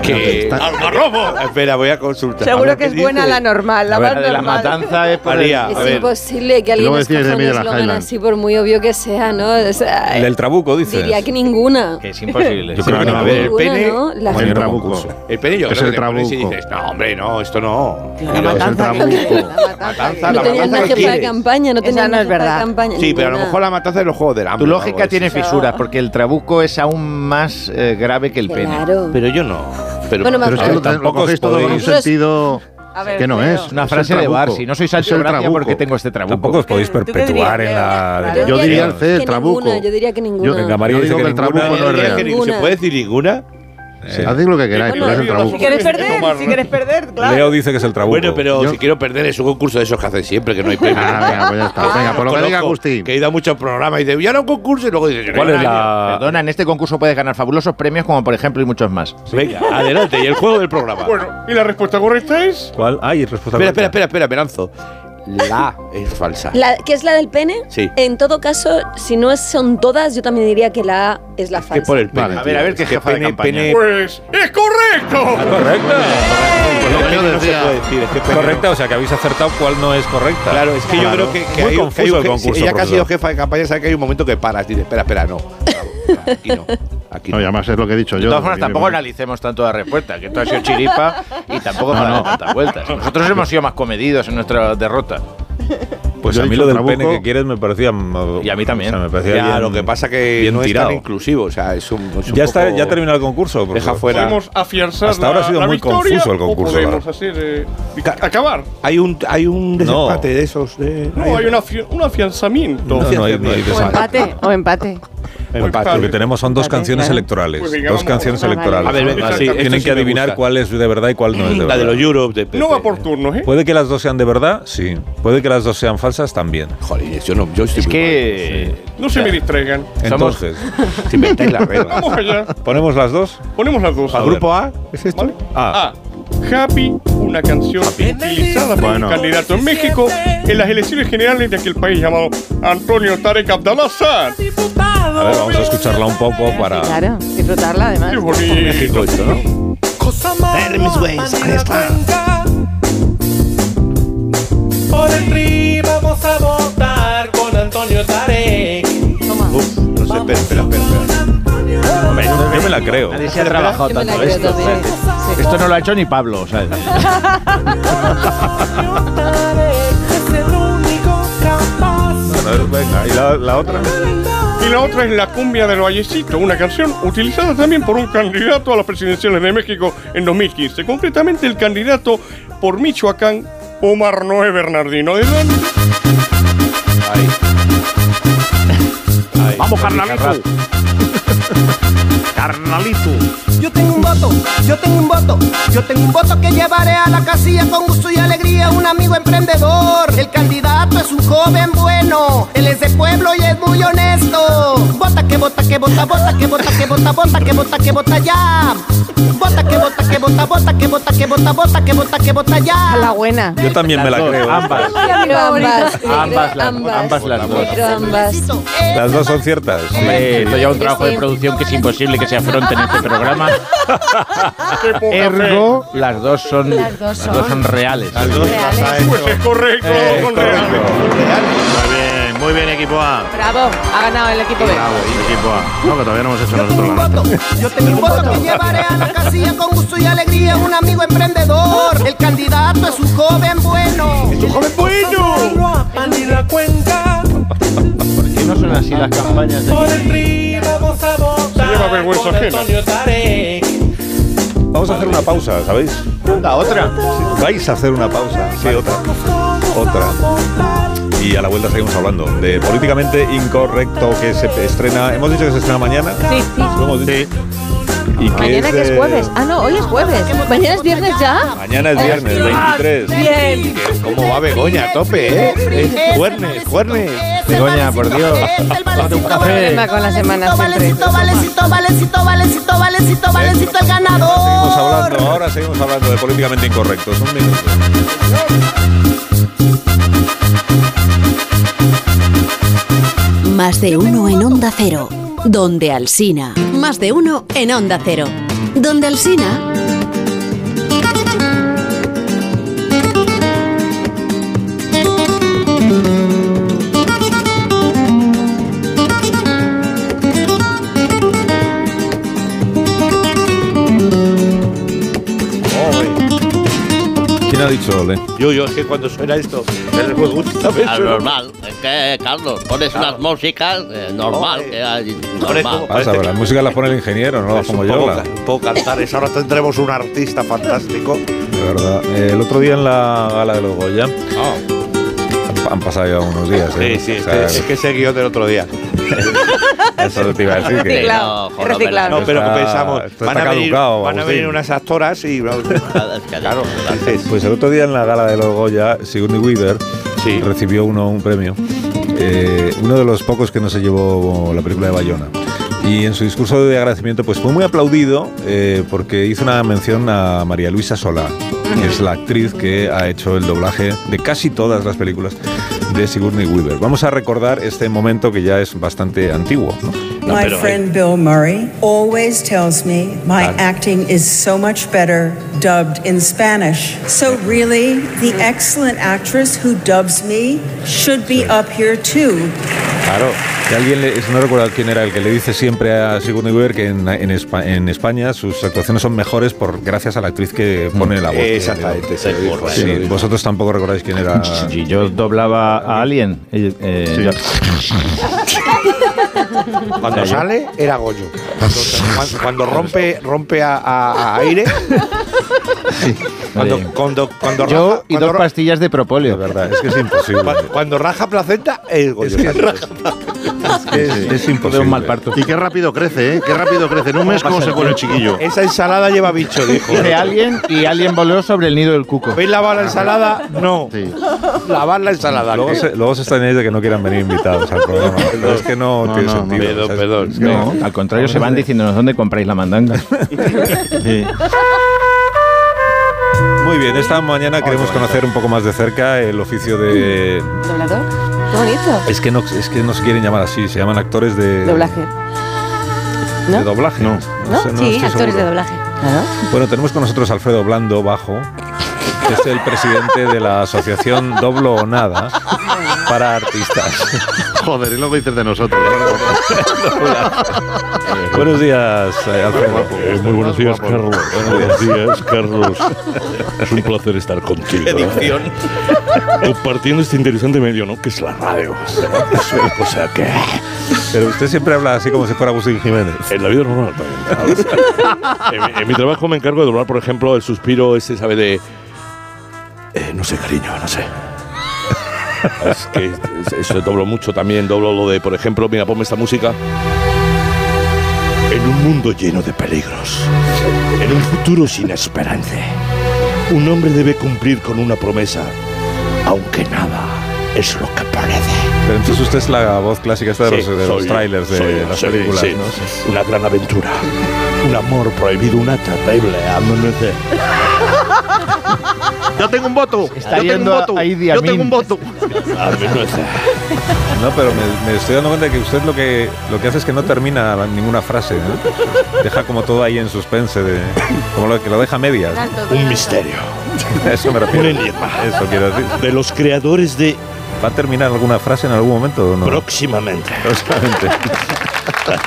S6: Que. ¡Algarrobo! Espera, voy a consultar. A
S13: Seguro
S6: ver
S13: que
S6: qué
S13: es buena
S6: dice.
S13: la normal, la
S6: A ver,
S13: más
S6: la de la
S13: normal.
S4: matanza es por el-
S6: María,
S5: Es
S6: a ver.
S5: imposible que alguien
S6: Luego decías
S5: escoja
S6: de
S5: un
S6: mí de la
S5: eslogan
S6: Highland.
S5: así por muy obvio que sea, ¿no? O sea,
S1: El del Trabuco, dices.
S5: diría que ninguna.
S4: Que es imposible.
S1: Yo creo que
S6: No, a ver, el
S5: Ninguna,
S6: pene.
S5: ¿no? La
S1: Bueno,
S5: gente-
S1: trabuco.
S6: El pene yo
S1: Es
S6: creo
S1: el
S6: que le pones y
S1: trabuco.
S6: dices, no, hombre, no, esto no.
S13: La
S6: Y lo-
S13: matanza que-
S6: trabuco. Matanza,
S5: No tenían una
S6: la matanza que
S5: jefa de
S6: quieres.
S5: campaña, no tenían
S13: no
S5: una
S13: es
S5: jefa de
S13: verdad.
S5: campaña.
S6: Sí, pero a lo
S5: ninguna.
S6: mejor la matanza es los juegos del hambre.
S4: Tu lógica tiene
S5: eso.
S4: fisuras, porque el trabuco es aún más eh, grave que el pene.
S5: Claro.
S6: Pero yo no. Pero,
S5: Bueno, más
S4: es que
S5: vale.
S4: lo- tampoco
S5: Lo cogéis
S4: es
S5: todo
S4: todo
S5: con un
S4: un
S5: Nosotros-
S4: sentido
S13: A ver,
S4: que no
S13: creo.
S4: es. Una frase de bar, si no soy
S1: salto
S4: Sancho Gracia porque tengo este trabuco.
S1: Tampoco os podéis perpetuar en la.
S5: Yo
S4: Yo
S5: diría
S4: diría
S5: que
S4: el C, el trabuco.
S5: ninguna, yo diría que ninguna.
S1: venga, María
S4: Yo
S1: dice
S4: digo
S1: que
S4: que el trabuco
S1: ninguna.
S4: no es real.
S5: Ninguna.
S6: ¿Se puede decir ninguna?
S4: Haced lo que queráis, pero es el trabuco.
S15: Si quieres perder, si quieres perder, claro.
S1: Leo dice que es el trabuco.
S6: Bueno, pero si quiero perder es un concurso de esos que hacen siempre, que no hay premio.
S4: Ah, venga, pues ya está. Venga, por lo que diga
S6: Conozco
S4: Agustín.
S6: Que he ido a muchos programas y dice, ya era un concurso y luego dice,
S4: Perdona, en este concurso puedes ganar fabulosos premios como por ejemplo y muchos más.
S6: Venga, adelante, y el juego del programa.
S14: Bueno, ¿y la respuesta correcta es?
S1: ¿Cuál? Ay, respuesta
S6: Espera, espera, espera, espera, me lanzo. La es falsa.
S5: La, ¿Qué es la del pene?
S6: Sí.
S5: En todo caso, si no es- son todas, yo también diría que la A es la falsa.
S6: por el pene.
S4: a ver, a ver qué jefa de campaña.
S14: Pues es correcto.
S1: Correcta, o sea que habéis acertado cuál no es correcta.
S6: Claro, es que yo creo que, que
S1: Muy
S6: hay, un- que hay
S1: confuso
S6: un
S1: el
S6: je-
S1: concurso.
S6: si ella que ha sido
S1: profesor.
S6: jefa de campaña sabe que hay un momento que paras y dices, espera, espera, no. Aquí
S4: no. y además es lo que he dicho
S6: De
S4: yo.
S6: todas
S4: Nosotros
S6: formas,
S4: tampoco analicemos tanto la respuesta, que esto ha sido chiripa y tampoco No, para no. tantas vueltas. Nosotros hemos sido más comedidos en nuestra derrota.
S1: Pues
S4: Yo
S1: a
S4: he
S1: mí
S4: dicho
S1: lo del
S4: trabuco.
S1: pene que quieres me parecía. mm,
S4: Y a mí también.
S1: o sea, me parecía
S6: Ya,
S1: bien-
S6: lo que pasa que
S1: bien
S6: no
S1: tirado.
S6: es tan inclusivo, o sea, es un, es un
S1: Ya está,
S6: poco-
S1: ya terminó el concurso. por
S6: Deja
S1: favor.
S6: fuera.
S14: Podemos afianzar
S1: Hasta ahora
S14: la-
S1: ha sido
S14: la
S1: muy
S14: victoria
S1: confuso el
S14: o
S1: concurso, la
S14: Podemos hacer, eh, acabar.
S6: Hay un, hay un
S1: No.
S6: desempate de esos. De,
S14: No, hay un, afi- un afianzamiento.
S1: No, no hay, no hay
S13: O
S1: desempate.
S13: empate, o empate.
S1: Empate. Lo que tenemos son dos canciones
S13: claro.
S1: electorales.
S13: Pues venga,
S1: dos
S13: vamos.
S1: canciones
S13: Ah, vale.
S1: electorales.
S6: A ver, venga,
S1: Entonces,
S6: sí, esto
S1: Tienen
S6: sí
S1: que
S6: me
S1: adivinar
S6: gusta.
S1: cuál es de verdad y cuál no es de verdad.
S6: La de los Europe. De,
S14: No va por turnos, ¿eh?
S1: Puede que las dos sean de verdad, sí. Puede que las dos sean falsas también.
S6: Joder, yo no. Yo estoy
S4: Es que
S14: No se me distraigan.
S1: Entonces,
S6: Si inventáis las reglas.
S14: Vamos allá.
S1: ¿ponemos las dos?
S14: Ponemos las dos.
S1: A ver. Grupo
S6: A? ¿Es esto?
S14: Ah, Happy, una canción utilizada por
S1: Bueno.
S14: un candidato en México en las elecciones generales de aquel país llamado Antonio Tarek Abdalazar.
S1: A ver, vamos a escucharla un poco para.
S13: Claro, disfrutarla además.
S14: Qué bonito.
S6: México esto, ¿no?
S9: Hermes Weiss, ahí está. Por el PRI vamos a votar con Antonio Tarek.
S6: Uf, no sé, espera, espera, espera. espera.
S1: Hombre, Yo me la creo.
S4: Nadie se ha trabajado
S5: Yo me la
S4: tanto
S5: creo
S4: esto.
S5: también.
S4: Esto no lo ha hecho ni Pablo, ¿sabes?
S1: Bueno, venga, y la, la otra.
S14: Y la otra es La cumbia del Vallecito, una canción utilizada también por un candidato a las presidenciales de México en 2015. Concretamente el candidato por Michoacán, Omar Noé Bernardino. ¿De dónde?
S6: Ahí. Ahí.
S14: Vamos,
S6: carnalito.
S14: Carnalito.
S16: Yo tengo un voto, yo tengo un voto, yo tengo un voto que llevaré a la casilla con gusto y alegría, un amigo emprendedor. El candidato es un joven bueno, él es de pueblo y es muy honesto. Vota que vota que vota, vota que vota que vota, vota que vota que vota ya. Vota que vota que vota, vota que vota que vota, vota que vota que vota ya.
S13: A la buena.
S1: Yo también me la
S4: Las dos,
S1: creo. ¿eh?
S4: Ambas.
S5: Pero ambas.
S4: Ambas, ambas, las,
S5: ambas.
S4: ambas las dos.
S5: Pero ambas.
S1: Las dos son ciertas.
S4: Hombre, esto ya un
S5: Sí,
S4: trabajo
S5: sí.
S4: de producción que es imposible que se afronte en este programa.
S14: Qué poca fe.
S4: Ergo, las dos son, las
S7: dos
S4: dos son reales.
S14: Pues es correcto, con real.
S4: Muy bien, muy bien, equipo A.
S13: Bravo, ha ganado el equipo B.
S4: Equipo A. No, que todavía no hemos hecho nosotros la nota.
S16: Yo tengo un voto que llevaré a la casilla con gusto y alegría, un amigo emprendedor. El candidato es un joven bueno.
S6: ¡Es un joven bueno!
S4: ¿Por qué no son así las campañas de
S14: Se lleva vergüenza ajena.
S1: Vamos a hacer una pausa, ¿sabéis?
S4: Anda, otra?
S1: Vais a hacer una pausa. Sí, otra. Otra. Y a la vuelta seguimos hablando de políticamente incorrecto que se estrena. Hemos dicho que se estrena mañana.
S13: Sí, sí.
S1: Lo hemos dicho. Y que
S5: Mañana que es
S1: de-
S5: jueves. Ah, no, hoy es jueves. Mañana es viernes ya.
S1: Mañana es
S13: Eh,
S1: viernes, 23.
S5: Bien.
S6: ¿Cómo va Begoña? A tope, ¿eh? Es Juernes, Juernes.
S4: Begoña, por Dios. Tómate un café.
S13: Problema con la semana siempre.
S16: Valecito, valecito, valecito, valecito, valecito, valecito, el
S1: Seguimos
S16: ganador.
S1: hablando, ahora seguimos hablando de políticamente incorrectos. Un minuto.
S11: Más de uno en Onda Cero. Donde Alsina. Más de uno en Onda Cero. Donde Alsina.
S1: ¿Quién ha dicho Sol, ¿eh?
S17: Yo, yo, es que cuando suena esto, el juego
S12: normal. Es que, Carlos, pones
S17: Claro.
S12: unas músicas eh, normal. que hay- normal.
S1: Pasa, pero las músicas las pone el ingeniero, no las pongo yo.
S17: Puedo,
S1: la-
S17: puedo cantar eso. Ahora tendremos un artista fantástico.
S1: De verdad. Eh, el otro día en la gala de los Goya. Han, han pasado ya unos días. ¿eh?
S17: Sí, sí,
S1: O sea,
S17: es, que ese guión del otro día.
S1: eso te iba a decir que-
S13: Reciclado,
S17: joder,
S13: reciclado.
S17: No, pero
S1: Está-
S17: pensamos,
S1: Ah, esto
S17: van
S1: está
S17: a, venir,
S1: caducado,
S17: van a
S1: Agustín.
S17: venir unas actoras y. claro, dices,
S1: Pues el otro día en la gala de los Goya, Sigourney Weaver recibió uno un premio, eh, uno de los pocos que no se llevó la película de Bayona. Y en su discurso de agradecimiento, pues fue muy aplaudido eh, porque hizo una mención a María Luisa Solá, que es la actriz que ha hecho el doblaje de casi todas las películas de Sigourney Weaver. Vamos a recordar este momento que ya es bastante antiguo. ¿no?
S18: My friend Bill Murray always tells me my acting is so much better dubbed in Spanish. So, really, the excellent actress who dubs me should be up here too.
S1: Claro. Y alguien, le- no recuerdo quién era el que le dice siempre a Sigourney Weaver que en, en Espa- en España sus actuaciones son mejores por gracias a la actriz que pone la voz.
S17: Exactamente, se lo dijo,
S1: Sí,
S17: se lo dijo.
S1: vosotros tampoco recordáis quién era.
S4: Sí, yo doblaba a Alien. eh, eh, yo-
S17: Cuando
S4: Era yo.
S17: sale, era Goyo. Cuando, cuando- cuando rompe, rompe a, a- a aire. Cuando, cuando, cuando
S4: Yo
S17: raja,
S4: y
S17: cuando
S4: dos
S17: ra-
S4: pastillas de propóleo.
S1: verdad, es que es imposible.
S17: Cuando, cuando raja placenta, es Goyo.
S1: Es, es imposible.
S19: un mal parto. Y qué rápido crece, ¿eh? Qué rápido crece. En un mes, ¿cómo se cuela el chiquillo?
S17: Esa ensalada lleva bicho, dijo.
S4: Hice Alien y Alien voló sobre el nido del cuco.
S17: ¿Veis lavar la ensalada? No. Lavar la ensalada.
S1: Luego
S17: ¿qué?
S1: se, luego se extrañáis de que no quieran venir invitados al programa. Pero es que no, tiene sentido. ¿sabes? Es que
S4: No, al contrario, se van diciéndonos dónde compráis la mandanga. Sí.
S1: Muy bien, esta mañana queremos conocer un poco más de cerca el oficio de.
S13: ¿Doblador? Qué bonito.
S1: Es que no, es que no se quieren llamar así, se llaman actores de.
S13: Doblaje.
S1: Eh, De doblaje. No,
S13: ¿No?
S1: sé, no
S13: sí,
S1: estoy
S13: actores
S1: seguro.
S13: de doblaje.
S1: Bueno, tenemos con nosotros a Alfredo Blando Bajo, que es el presidente de la asociación Doblo o Nada para artistas.
S19: Joder, y luego dices de nosotros.
S1: Buenos días, eh, Alfredo.
S6: Eh, muy buenos días, Carlos. Buenos días, Carlos. Es un placer estar contigo. ¿eh? Compartiendo este interesante medio, ¿no? Que es la radio. Es una cosa que...
S1: Pero usted siempre habla así como si fuera Agustín Jiménez.
S6: En la vida normal también. En mi, en mi trabajo me encargo de doblar, por ejemplo, el suspiro ese, ¿sabe? De... eh, no sé, cariño, no sé. Es que es- eso doblo mucho también. Doblo lo de, por ejemplo, mira, ponme esta música. En un mundo lleno de peligros. En un futuro sin esperanza. Un hombre debe cumplir con una promesa, aunque nada es lo que parece.
S1: Pero entonces usted es la voz clásica esta de los,
S6: Sí,
S1: de los
S6: soy-
S1: trailers de
S6: soy-
S1: las
S6: soy-
S1: películas,
S6: sí.
S1: ¿no?
S6: Una gran aventura. Un amor prohibido, una terrible amanecer.
S19: Yo tengo un voto.
S4: Está
S19: yo
S4: yendo
S19: tengo un voto.
S4: ahí de
S19: yo
S4: Amin.
S19: tengo un voto.
S6: Amanecer.
S1: No, pero me, me estoy dando cuenta de que usted lo que, lo que hace es que no termina la- ninguna frase, ¿no? Deja como todo ahí en suspense, de, como lo, que lo deja a medias.
S6: Un misterio.
S1: A Eso me refiero.
S6: Un enigma.
S1: Eso quiero decir.
S6: De los creadores de...
S1: ¿Va a terminar alguna frase en algún momento o no?
S6: Próximamente.
S1: Próximamente. Bueno,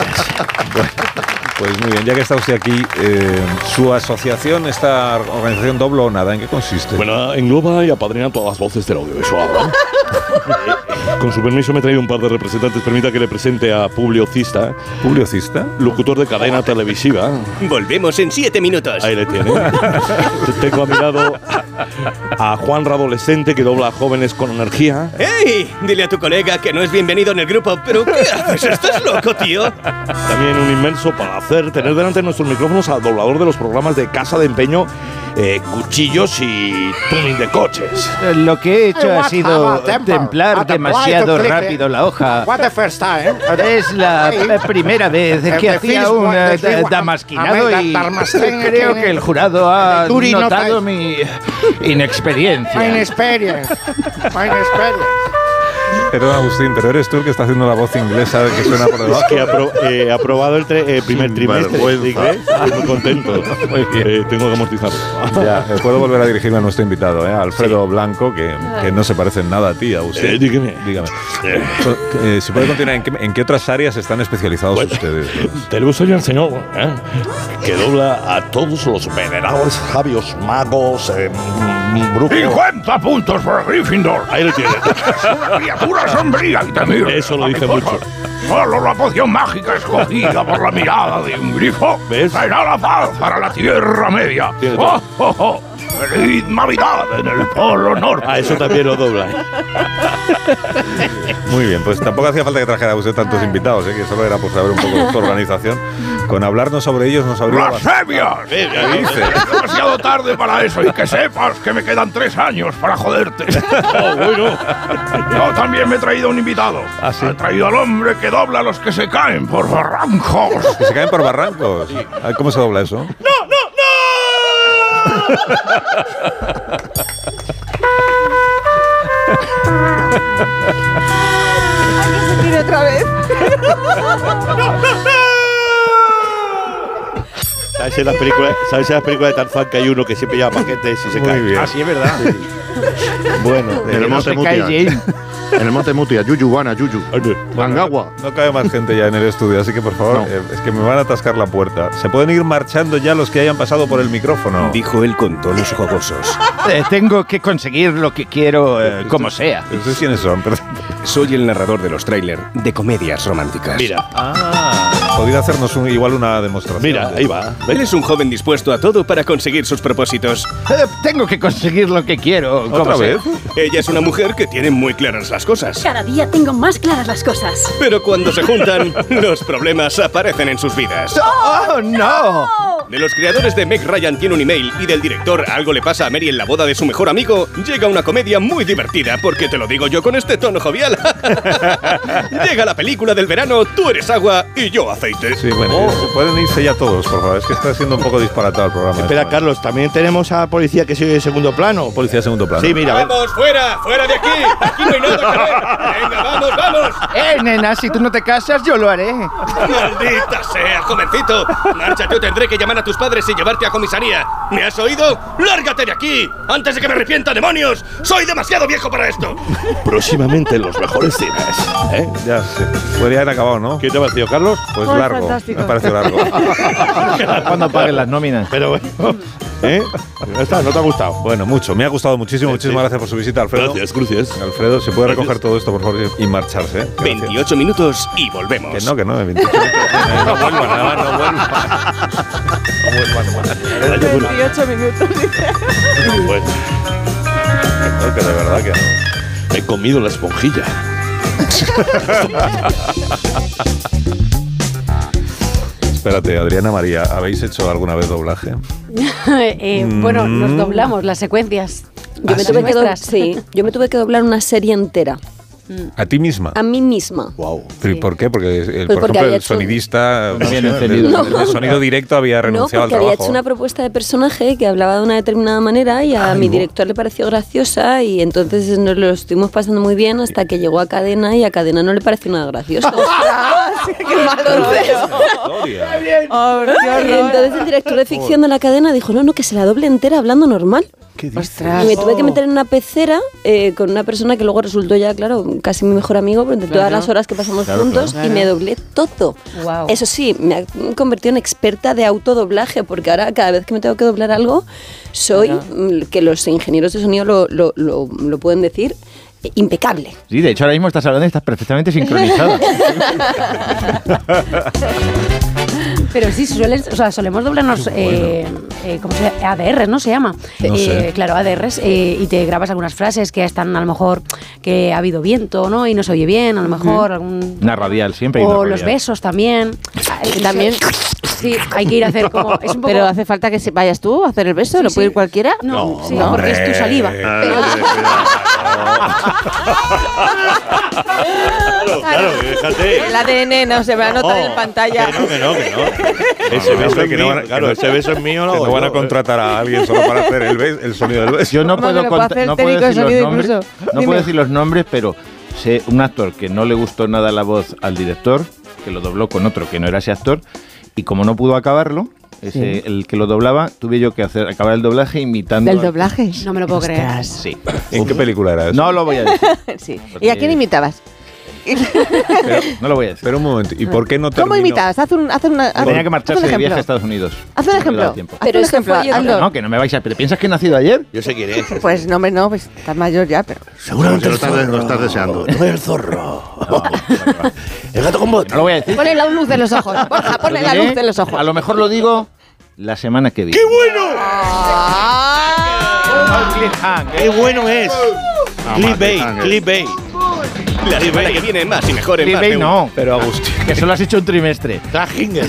S1: Pues muy bien, ya que está usted aquí, eh, su asociación, esta organización Doblo o Nada, ¿en qué consiste?
S6: Bueno, engloba y apadrina todas las voces del audiovisual. ¿no? Eh, Con su permiso me he traído un par de representantes. Permita que le presente a Publio Cista.
S1: ¿Publio Cista?
S6: Locutor de cadena televisiva.
S2: Volvemos en siete minutos.
S6: Ahí le tiene. Tengo a mi lado a Juan Adolescente, que dobla a jóvenes con energía.
S2: ¡Ey! Dile a tu colega que no es bienvenido en el grupo. ¿Pero qué haces? ¿Estás loco, tío?
S6: También un inmenso placer tener delante de nuestros micrófonos al doblador de los programas de Casa de Empeño, eh, Cuchillos y Tuning de Coches.
S4: Eh, Lo que he hecho
S6: Ay,
S4: ha
S6: what
S4: sido
S6: happened, temple?
S4: templar
S6: At the
S4: demasiado
S6: point of click, eh?
S4: rápido la hoja.
S6: What the first time?
S4: Es la eh,
S6: Hey.
S4: primera vez
S6: The-
S4: que
S6: the
S4: hacía
S6: first
S4: un
S6: one,
S4: eh,
S6: the first one.
S4: damasquinado
S6: I made
S4: y
S6: that damasquene
S4: creo
S6: again.
S4: que el jurado ha
S6: Turi no
S4: notado mi
S20: Fine
S4: inexperiencia.
S20: experience. Fine experience.
S1: Perdón, Agustín, pero eres tú el que está haciendo la voz inglesa que suena por debajo.
S6: Es que ha apro- eh, ha aprobado el tre- eh, primer trimestre de inglés. Estoy muy contento. Eh, tengo que amortizarlo.
S1: Ya, eh, puedo volver a dirigirme a nuestro invitado, ¿eh? a Alfredo Blanco, que, que no se parece en nada a ti, Agustín.
S6: Eh, dígame.
S1: Dígame. So- eh, si puede continuar, ¿en qué, en qué otras áreas están especializados ustedes?
S6: Tenemos hoy al señor ¿eh? que dobla a todos los venerables sabios magos, eh,
S21: un brujo.
S22: 50 puntos por Gryffindor.
S2: Ahí lo tienes.
S22: Es una criatura sombría y temible.
S2: Eso lo dice mucho.
S22: Solo la poción mágica escogida por la mirada de un grifo será la paz para la Tierra Media.
S2: Tiene todo.
S22: ¡Oh, oh, oh! ¡Feliz Navidad en el Polo Norte!
S2: Ah, eso también lo
S1: eh.
S2: dobla.
S1: Muy bien, pues tampoco hacía falta que trajera usted tantos invitados, ¿eh? que solo era por saber un poco de su organización. Con hablarnos sobre ellos nos abrió...
S22: ¡Las
S1: bastante.
S22: sevias!
S1: ¿Qué dice?
S22: Es demasiado tarde para eso y que sepas que me quedan tres años para joderte.
S2: Oh,
S22: Yo también me he traído un invitado.
S1: Ah,
S22: He traído al hombre que dobla a los que se caen por barrancos.
S1: Que se caen por barrancos. Ay, ¿Cómo se dobla eso?
S22: ¡No, no,
S13: se tire otra vez.
S2: ¿Sabes en las películas, ¿sabes en las películas de Tarzán que hay uno que siempre llama gente si se
S1: Muy
S2: cae?
S1: bien.
S2: Ah, sí, es verdad.
S1: Bueno,
S21: En el monte Mutia. En el monte Mutia. Yuyu, Guana, Yuyu. Mangagua.
S1: No cabe más gente ya en el estudio, así que por favor, eh, es que me van a atascar la puerta. Se pueden ir marchando ya los que hayan pasado por el micrófono. Dijo él con tonos jocosos.
S4: Eh, tengo que conseguir lo que quiero, eh, como sea.
S1: ¿Ustedes quiénes son?
S6: Soy el narrador de los trailers de comedias románticas.
S2: Mira.
S19: Ah.
S1: Podría hacernos un- igual una demostración.
S6: Mira, ahí
S2: va.
S6: Él es un joven dispuesto a todo para conseguir sus propósitos.
S4: Eh, tengo que conseguir lo que quiero, como sea.
S6: Ella es una mujer que tiene muy claras las cosas.
S13: Cada día tengo más claras las cosas.
S6: Pero cuando se juntan, los problemas aparecen en sus vidas.
S4: ¡Oh, no!
S6: De los creadores de Meg Ryan tiene un email y del director Algo le pasa a Mary en la boda de su mejor amigo, llega una comedia muy divertida, porque te lo digo yo con este tono jovial. llega la película del verano, tú eres agua y yo aceite.
S1: Sí, bueno,
S23: Oh.
S1: eh, pueden irse ya todos, por favor. Es que está siendo un poco disparatado el programa.
S23: Espera, Carlos, también tenemos a policía que sigue de segundo plano.
S1: Policía de segundo plano.
S23: Sí, mira, a ver.
S6: ¡Vamos, fuera! ¡Fuera de aquí! ¡Aquí no hay nada que ver! ¡Venga, vamos, vamos!
S24: Eh, nena, si tú no te casas, yo lo haré.
S6: ¡Maldita sea, jovencito! ¡Marcha, yo tendré que llamar a tus padres y llevarte a comisaría! ¿Me has oído? ¡Lárgate de aquí! ¡Antes de que me arrepienta, demonios! ¡Soy demasiado viejo para esto!
S25: Próximamente en los mejores cines.
S1: ¿Eh? Ya sé. Podría haber acabado, ¿no? ¿Qué
S25: te ha parecido, Carlos?
S1: Pues
S25: Ay,
S1: largo.
S25: fantástico.
S1: Me ha parecido largo.
S4: Cuando paguen las nóminas.
S23: Pero bueno.
S1: ¿Eh?
S23: Ya está, ¿no te ha gustado?
S1: Bueno, mucho. Me ha gustado muchísimo. Muchísimas gracias por su visita, Alfredo.
S6: Gracias,
S1: gracias. Alfredo, se puede recoger todo esto, por favor, y marcharse. ¿eh? Gracias.
S6: 28 minutos y volvemos.
S1: Que no, que no, de 28.
S6: No vuelvan, no vuelvan.
S13: 28 minutos.
S25: Bueno.
S1: que de verdad que
S25: He comido la esponjilla.
S1: Espérate, Adriana María, ¿habéis hecho alguna vez doblaje?
S7: Eh, Bueno, nos
S1: Mm.
S7: doblamos las secuencias.
S5: Yo me, tuve que do-
S7: Nuestras.
S5: sí, yo me tuve que doblar una serie entera.
S1: ¿A ti misma?
S5: A mí misma.
S1: Wow. ¿Por qué? Porque, el,
S5: porque
S1: por ejemplo,
S5: había
S1: el
S5: hecho un-
S1: sonidista,
S4: No habían
S1: el-
S4: entendido.
S1: el, el
S5: No.
S1: sonido directo había
S5: no,
S1: renunciado
S5: porque
S1: al
S5: había
S1: trabajo.
S5: hecho una propuesta de personaje que hablaba de una determinada manera y a mi director le pareció graciosa y entonces nos lo estuvimos pasando muy bien hasta que llegó a cadena y a cadena no le pareció nada gracioso.
S13: ¡Qué malo!
S5: Oh, Y entonces el director de ficción de la cadena dijo, no, no, que se la doble entera hablando normal. Y me tuve que meter en una pecera eh, con una persona que luego resultó ya, claro, casi mi mejor amigo durante todas
S7: Claro.
S5: las horas que pasamos
S7: Claro,
S5: juntos
S7: claro.
S5: y me
S7: Claro.
S5: doblé todo.
S7: Guau.
S5: Eso sí, me ha convertido en experta de autodoblaje porque ahora cada vez que me tengo que doblar algo, soy, mm, que los ingenieros de sonido lo, lo- lo- lo pueden decir, eh, impecable.
S4: Sí, de hecho ahora mismo estás hablando y estás perfectamente sincronizado.
S7: Pero sí, sueles, o sea, solemos doblarnos, eh, eh, ¿cómo se llama? ADR, ¿no se llama?
S26: No
S7: Eh,
S26: sé.
S7: Claro, ADRs, eh, y te grabas algunas frases que están a lo mejor que ha habido viento, ¿no? Y no se oye bien, a lo mejor algún...
S4: Una radial, siempre hay una
S7: O Oh, los
S4: radial.
S7: besos también. Ay, También, sí, hay que ir a hacer como... Es un poco,
S13: Pero hace falta que se- vayas tú a hacer el beso, ¿lo puede ir cualquiera?
S7: No, sí,
S13: no.
S7: porque es tu saliva.
S2: Ah, Claro, claro, que déjate.
S13: El ADN no se va a notar en
S2: No,
S13: pantalla.
S2: Que no, que no, que no. Ese
S1: No, no,
S2: beso
S1: hombre,
S2: es
S1: que no
S2: mío.
S1: van a-
S2: Claro,
S1: que no-
S2: ese beso es mío.
S1: que
S2: lo
S1: no van a
S2: hago yo.
S1: contratar a alguien solo para hacer el, be- el sonido del beso.
S4: Yo no
S1: Mamá,
S4: puedo,
S1: me lo puedo
S4: cont-
S1: hacer
S4: no
S1: técnico de
S4: puedo decir los
S1: sonido
S4: nombres,
S1: incluso.
S4: no
S1: Dime.
S4: puedo decir los nombres, pero sé un actor que no le gustó nada la voz al director, que lo dobló con otro que no era ese actor, y como no pudo acabarlo, ese-
S24: Sí.
S4: el que lo doblaba, tuve yo que hacer acabar el doblaje imitando.
S13: ¿Del
S4: al-
S13: doblaje?
S7: No me lo puedo creer.
S4: Sí.
S1: ¿En qué película era eso?
S4: No lo voy a decir.
S13: sí. ¿Y a quién imitabas?
S4: No lo voy a decir.
S1: Pero un momento, ¿y por qué no
S13: ¿Cómo imitas? Haz un, haz una, haz-
S4: Tenía que
S13: haz
S4: marcharse
S13: un
S4: de viaje a
S13: ejemplo.
S4: Estados Unidos.
S13: Haz
S4: No me
S13: un
S4: daba
S13: ejemplo.
S4: tiempo.
S13: Haz un ejemplo.
S4: No, que
S13: hazlo.
S4: no, que no me vais a... ¿Pero piensas que he nacido ayer?
S6: Yo sé quién es.
S13: Pues no, hombre, no, pues estás mayor ya, pero.
S27: Seguramente
S6: Lo
S27: el
S6: estás-
S27: zorro.
S6: lo estás deseando.
S27: No el zorro. el gato con botas.
S4: No lo voy a decir.
S13: Ponle la luz de los ojos. Borja, ponle
S4: Lo
S13: la
S4: diré,
S13: luz de los ojos.
S4: A lo mejor lo digo la semana que viene.
S13: bueno! Ah,
S6: ¡Qué bueno es!
S4: Clickbait, clickbait.
S28: La semana que viene más y mejor en más de
S4: Clickbait
S28: uno.
S4: no. Pero Agustín. Que solo has hecho un trimestre.
S27: Hanger.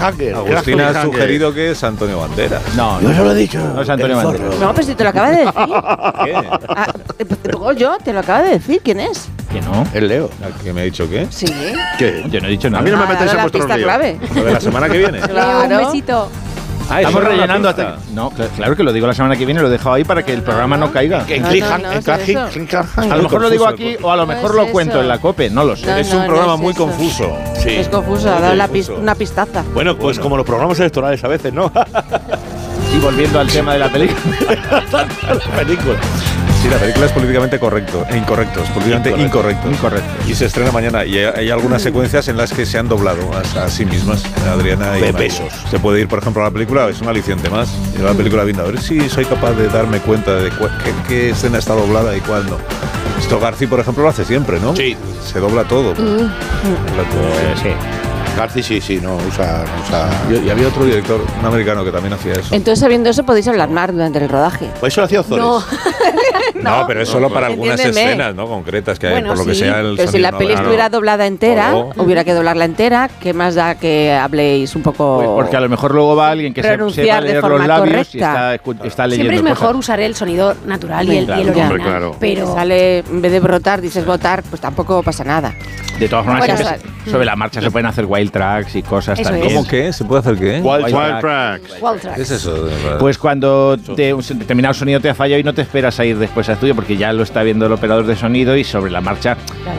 S27: Hanger.
S1: Agustín ha sugerido que es Antonio Banderas.
S4: No,
S27: Yo se lo he dicho. No
S4: es Antonio
S1: Banderas.
S13: No, pero pues si te lo acaba de decir. Ah, te- te pongo yo, te lo acaba de decir. ¿Quién es?
S4: Que no.
S1: Es Leo. ¿Que me ha dicho qué?
S13: Sí.
S1: ¿Qué?
S4: Yo no he dicho nada.
S1: A mí no me
S13: Ah,
S1: metáis
S13: dado
S1: en
S13: la
S1: vuestros
S13: pista
S1: líos.
S13: clave.
S1: Lo de la semana que viene.
S13: Claro.
S3: Un besito.
S1: Ah, eso era
S4: Estamos
S1: una
S4: rellenando
S1: pista.
S4: hasta. No, cl- claro que lo digo la semana que viene, lo he dejado ahí para que el programa
S13: Ah,
S4: no caiga.
S27: En Clickhan- en Clickhan- Clickhan-
S4: A lo mejor lo digo aquí o a lo
S13: No
S4: mejor lo
S13: es Pues eso.
S4: cuento en la COPE, no lo sé.
S13: No, no, no es eso. Es confuso, ha dado la pis- una pistaza.
S4: Bueno, pues como los programas electorales a veces, ¿no? y volviendo al tema de la película.
S1: película. Sí, la película es políticamente correcto, e incorrecto, es políticamente incorrecto. Incorrecto. Mm. Y se estrena mañana y hay, hay algunas secuencias en las que se han doblado a, a sí mismas, Adriana y
S6: De
S1: Mario.
S6: pesos.
S1: Se puede ir, por ejemplo, a la película, es un aliciente más. Y la película viendo a ver si soy capaz de darme cuenta de cua- qué, qué escena está doblada y cuál no. Esto Garci, por ejemplo, lo hace siempre, ¿no? Sí. Se dobla todo. Sí.
S6: Mm. Garci sí, sí, no usa. No usa.
S1: Y, y había otro director, un americano, que también hacía eso.
S13: Entonces, sabiendo eso, podéis hablar más durante el rodaje.
S6: Eh,
S1: Pues eso lo hacía
S13: No.
S1: No, pero es solo para algunas
S13: Entiéndeme.
S1: escenas, ¿no? Concretas que
S13: Bueno,
S1: hay, por lo que
S13: sí,
S1: sea el
S13: Pero si
S1: sonido
S13: la
S1: no Oh.
S13: peli
S1: habrá, ¿no?
S13: estuviera doblada entera,
S1: O-
S13: hubiera que doblarla entera, ¿qué más da que habléis un poco?
S4: Pues Porque a lo mejor luego va alguien que se- sepa
S13: Pronunciar de
S4: leer los
S13: forma
S4: labios y está,
S13: correcta.
S4: escu- está leyendo
S7: Siempre es
S4: cosas.
S7: mejor usar el sonido natural y el, y el
S4: Claro,
S7: original.
S4: hombre, claro.
S7: Pero
S13: Pero sale, en vez de brotar, dices botar, pues tampoco pasa nada.
S4: De todas formas,
S13: Bueno,
S4: siempre
S13: vale.
S4: se- sobre la marcha se pueden hacer wild tracks y cosas
S13: Eso
S4: también.
S13: es. ¿Cómo
S1: qué? ¿Se puede hacer qué?
S4: Wild,
S27: Wild
S7: Wild Tracks.
S1: ¿Qué es eso? de verdad?
S4: Pues cuando te- un determinado sonido te ha fallado y no te esperas a ir después al estudio porque ya lo está viendo el operador de sonido y sobre la marcha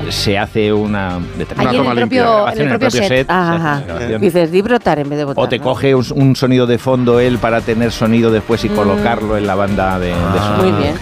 S4: se hace una determinada
S7: Ahí en el propio-
S4: toma limpia. Grabación
S7: en el propio set.
S4: se hace
S13: Ajá,
S4: una
S13: ajá.
S4: grabación.
S13: Dices, di brotar en vez de botar.
S4: O te
S13: ¿no?
S4: coge un, un sonido de fondo él para tener sonido después y
S13: Mm.
S4: colocarlo en la banda de, de sonido.
S13: Muy bien.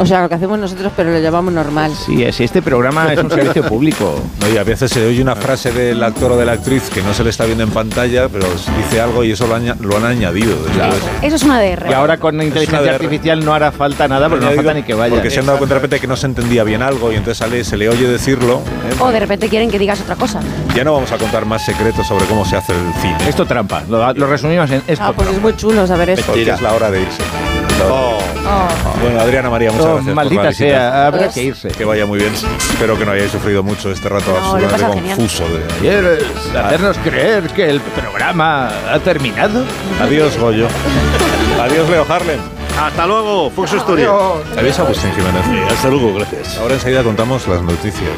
S13: O sea, lo que hacemos nosotros, pero lo llamamos normal.
S4: Sí, es, este programa es un servicio público.
S1: No, y a veces se oye una frase del actor o de la actriz que no se le está viendo en pantalla, pero dice algo y eso lo, aña- lo han añadido. desde luego.
S7: eso es una DR.
S4: Y ahora con inteligencia
S1: DR.
S4: artificial no hará falta nada, porque no
S1: Añadido
S4: falta ni que vaya.
S1: Porque se han dado cuenta de repente que no se entendía bien algo y entonces sale, se le oye decirlo. ¿eh?
S7: O de repente quieren que digas otra cosa.
S1: Ya no vamos a contar más secretos sobre cómo se hace el cine.
S4: Esto trampa, lo, lo resumimos en esto.
S13: Ah, pues es muy chulo saber eso. Oh.
S1: Porque es la hora de irse. Bueno, Adriana María, muchas
S4: Oh,
S1: gracias. por
S4: maldita
S1: la visita.
S4: sea, habrá que irse.
S1: Que vaya muy bien. Espero que no hayáis sufrido mucho este rato
S4: No, lo he
S1: absolutamente
S4: pasado
S1: confuso. De...
S4: ¿Quieres eh, hacernos creer que el programa ha terminado?
S1: Adiós, Goyo. Adiós, Leo Harlem.
S6: Hasta luego, Fox Studio.
S1: Adiós, Agustín Jiménez.
S29: hasta luego, gracias.
S1: Ahora enseguida contamos las noticias.